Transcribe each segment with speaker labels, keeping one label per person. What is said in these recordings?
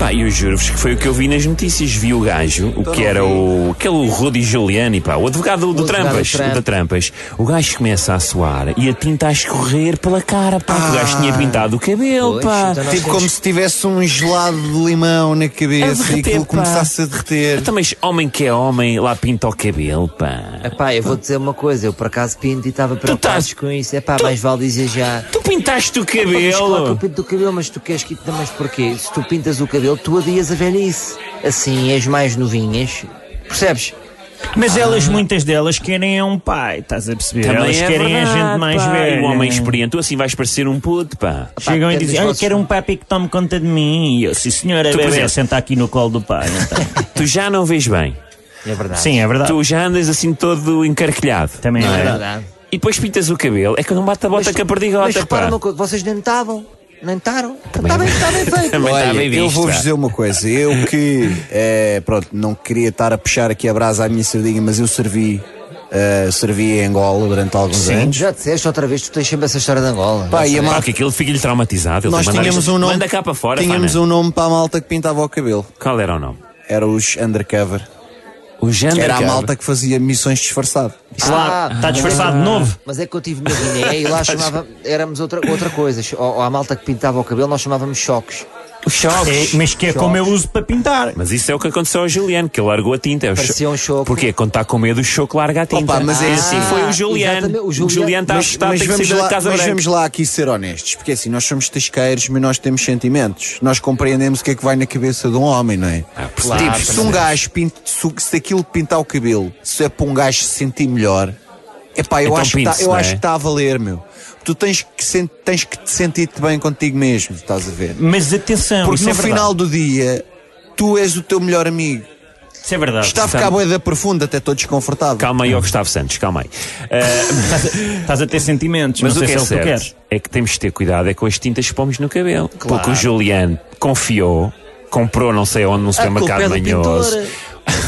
Speaker 1: Pá, eu juro-vos que foi o que eu vi nas notícias. Vi o gajo, o que era o. aquele Rudy Giuliani, pá, o advogado do, do Trampas.
Speaker 2: Trump.
Speaker 1: o Da Trampas. O gajo começa a suar e a tinta a escorrer pela cara, pá. que O gajo tinha pintado o cabelo,
Speaker 2: Pois,
Speaker 1: pá. Ah,
Speaker 2: então nós
Speaker 3: Tipo como se tivesse um gelado de limão na
Speaker 1: A
Speaker 3: cabeça
Speaker 1: derreter,
Speaker 3: e aquilo
Speaker 1: pá.
Speaker 3: começasse a derreter.
Speaker 1: Então, mas homem que é homem, lá pinta o cabelo, pá.
Speaker 2: Epá, eu vou dizer uma coisa, eu por acaso pinto e estava preocupado
Speaker 1: estás-
Speaker 2: com isso. Epá, mais vale dizer já.
Speaker 1: Tu pintaste o
Speaker 2: Mas claro que eu
Speaker 1: cabelo.
Speaker 2: pinto o cabelo, mas tu queres que te dê mais porquê? Se tu pintas o cabelo, tu adias a velhice. Assim és mais novinhas. Percebes?
Speaker 4: Mas elas, muitas delas, querem é um pai, estás a perceber?
Speaker 1: Também
Speaker 4: elas
Speaker 1: é
Speaker 4: querem
Speaker 1: verdade,
Speaker 4: a gente mais
Speaker 1: pá.
Speaker 4: velha.
Speaker 1: E o homem experiente, tu assim vais parecer um puto, pá.
Speaker 4: Chegam
Speaker 2: Pá, quero
Speaker 4: e dizem,
Speaker 2: os
Speaker 4: ah, eu
Speaker 2: vossos-
Speaker 4: quero um papi que tome conta de mim. E eu, sim senhora,
Speaker 1: Tu, por
Speaker 4: bebê,
Speaker 1: exemplo-
Speaker 4: senta aqui no colo do pai. então."
Speaker 1: Tu já não vês bem.
Speaker 2: É verdade.
Speaker 4: Sim, é
Speaker 3: Ah.
Speaker 4: verdade.
Speaker 1: Tu já andas assim todo encarquilhado.
Speaker 4: Também é
Speaker 1: não
Speaker 4: verdade.
Speaker 1: E depois pintas o cabelo. É que não bate a bota
Speaker 2: Mas-
Speaker 1: com a
Speaker 2: Mas
Speaker 1: perdigota,
Speaker 2: repara
Speaker 1: pá. É
Speaker 2: uma coisa, vocês nem estavam. Nem estavam. Está bem, está bem feito.
Speaker 1: Também está
Speaker 3: Olha,
Speaker 1: bem
Speaker 3: eu
Speaker 1: visto, tá?
Speaker 3: vou-vos
Speaker 1: pá.
Speaker 3: dizer uma coisa. Eu que, eh, pronto, não queria estar a puxar aqui a brasa à minha sardinha, mas eu servi, eh, servi em Angola durante alguns anos.
Speaker 2: Já disseste outra vez, tu tens sempre essa história de Angola.
Speaker 3: Pá, e a
Speaker 1: Pá,
Speaker 3: malta,
Speaker 1: Ah, que aquilo fica-lhe traumatizado. Ele
Speaker 3: é, nós
Speaker 1: tem que mandar
Speaker 3: tínhamos
Speaker 1: isto-
Speaker 3: um nome.
Speaker 1: Manda cá para fora,
Speaker 3: Tínhamos
Speaker 1: Fana.
Speaker 3: um nome para a malta que pintava o cabelo.
Speaker 1: Qual era o nome?
Speaker 3: Era os undercover.
Speaker 1: O Jander
Speaker 3: Era a malta que fazia missões disfarçado.
Speaker 1: Ah,
Speaker 4: Claro, está
Speaker 1: é
Speaker 2: mas-
Speaker 4: tá disfarçado Tá de novo.
Speaker 2: Ah, Mas é que eu tive na Guiné e lá chamava, éramos outra, outra coisa. Ou, ou a malta que pintava o cabelo, nós chamávamos choques.
Speaker 1: Os choques.
Speaker 4: É, mas que é como eu uso para pintar.
Speaker 1: Mas isso é o que aconteceu ao Juliano, que ele largou a tinta. É o
Speaker 2: Parecia um choco.
Speaker 1: Porque quando está com medo, o choco larga a tinta. Ah,
Speaker 3: Opa, mas é assim.
Speaker 1: foi o
Speaker 2: exatamente,
Speaker 1: Juliano.
Speaker 2: o
Speaker 1: O
Speaker 2: Juliano.
Speaker 1: Juliano está assustado,
Speaker 3: mas
Speaker 1: tem que
Speaker 3: vamos,
Speaker 1: sair da
Speaker 3: lá,
Speaker 1: Casa
Speaker 3: mas
Speaker 1: Branca.
Speaker 3: vamos lá aqui ser honestos, porque assim, nós somos tasqueiros, mas nós temos sentimentos. Nós compreendemos o que é que vai na cabeça de um homem, não é?
Speaker 1: Ah, percebemos.
Speaker 3: tipo, se um gajo, pinta, se, se aquilo pintar o cabelo, se é para um gajo se sentir melhor, epá, eu,
Speaker 1: Então
Speaker 3: acho, que tá-
Speaker 1: pinte-se,
Speaker 3: eu
Speaker 1: não é?
Speaker 3: acho que está a valer, meu. Tu tens que, sen- tens que te sentir-te bem contigo mesmo, estás a ver?
Speaker 4: Mas atenção,
Speaker 3: Porque
Speaker 4: isso
Speaker 3: no
Speaker 4: é verdade.
Speaker 3: final do dia, tu és o teu melhor amigo.
Speaker 4: Isso é verdade.
Speaker 3: Está a ficar boeda profunda, até estou desconfortável.
Speaker 1: Ah, Calma aí, ó Gustavo Santos, calma aí. Ah,
Speaker 4: Estás a ter sentimentos,
Speaker 1: mas
Speaker 4: não
Speaker 1: o que
Speaker 4: sei
Speaker 1: é
Speaker 4: se é o que tu
Speaker 1: certo
Speaker 4: queres.
Speaker 1: é que temos de ter cuidado é com as tintas que pomos no cabelo. Porque o Juliano confiou, comprou não sei onde, num
Speaker 2: A culpa
Speaker 1: supermercado
Speaker 2: é do pintor.
Speaker 1: manhoso.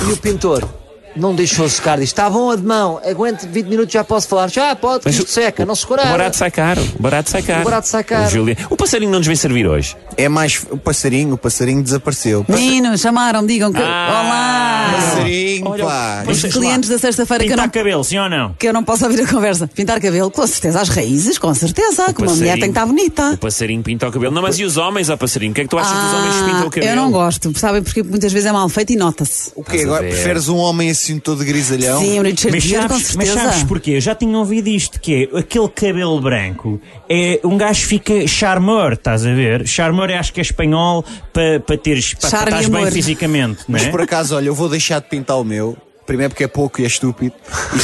Speaker 2: E o pintor não deixou secar. Diz, está bom, Ademão, aguente 20 minutos, já posso falar. Já pode, que
Speaker 1: Mas
Speaker 2: isto
Speaker 1: o-
Speaker 2: seca, não se curar.
Speaker 1: O barato sai caro. O barato sai caro.
Speaker 2: O barato sai caro.
Speaker 1: O, Juliano- o passarinho não nos vem servir hoje.
Speaker 3: É mais. O passarinho, o passarinho desapareceu.
Speaker 5: Menino, chamaram, digam que. Olá!
Speaker 3: Passarinho,
Speaker 4: Olha,
Speaker 3: pá.
Speaker 4: mas-
Speaker 5: Os
Speaker 4: Vocês
Speaker 5: clientes da sexta-feira que eu
Speaker 4: Pintar
Speaker 5: não.
Speaker 4: cabelo, sim ou não?
Speaker 5: Que eu não posso ouvir a conversa. Pintar cabelo, com certeza, às raízes, com certeza. Que uma mulher tem que estar
Speaker 1: O
Speaker 5: bonita.
Speaker 1: passarinho pinta o cabelo. Não, mas e os homens, ó passarinho? O que é que tu achas dos homens que pintam
Speaker 5: Ah,
Speaker 1: o cabelo?
Speaker 5: eu não gosto. Sabem porque muitas vezes é mal feito e nota-se.
Speaker 3: O quê?
Speaker 1: Estás a
Speaker 3: Agora
Speaker 1: ver?
Speaker 3: preferes um homem assim todo grisalhão?
Speaker 5: Sim, o Richard
Speaker 4: Mas
Speaker 5: Gere, com
Speaker 4: sabes, mas sabes
Speaker 5: certeza.
Speaker 4: porquê? Eu já tinha ouvido isto, que é aquele cabelo branco. É, um gajo fica charmeur, estás a ver? Charmeur eu acho que é espanhol para pa teres, para
Speaker 5: Charme e
Speaker 4: estás bem
Speaker 5: amor.
Speaker 4: fisicamente, não
Speaker 3: Mas
Speaker 4: é?
Speaker 3: por acaso, olha, eu vou deixar de pintar o meu. Primeiro porque é pouco e é estúpido. E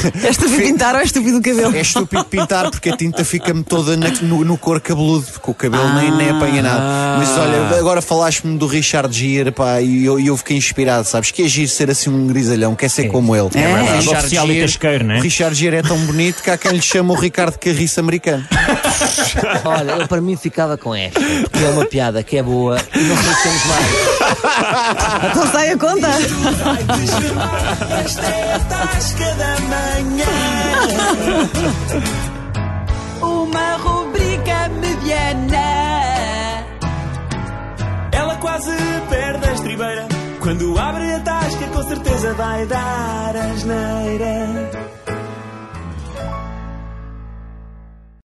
Speaker 3: segundo,
Speaker 5: É estúpido pintar ou é estúpido o cabelo?
Speaker 3: é estúpido pintar porque a tinta fica-me toda na- no, no couro cabeludo, porque o cabelo nem,
Speaker 5: Ah.
Speaker 3: nem apanha nada. Mas olha, agora falaste-me do Richard Gere, pá, e eu, e eu fiquei inspirado, sabes? Que é giro ser assim um grisalhão, quer ser como ele.
Speaker 5: É verdade.
Speaker 3: O
Speaker 4: Oficial e tasqueiro, não é?
Speaker 3: O Richard Gere é tão bonito que há quem lhe chama o Ricardo Carriço americano.
Speaker 2: Olha, eu para mim ficava com esta, porque é uma piada que é boa e não pensemos mais.
Speaker 5: Então sai a conta.
Speaker 6: Vai descambar, esta é a tasca da manhã.
Speaker 5: Uma rubrica mediana.
Speaker 6: Ela quase perde a estribeira. Quando abre a tasca, com certeza vai dar asneira.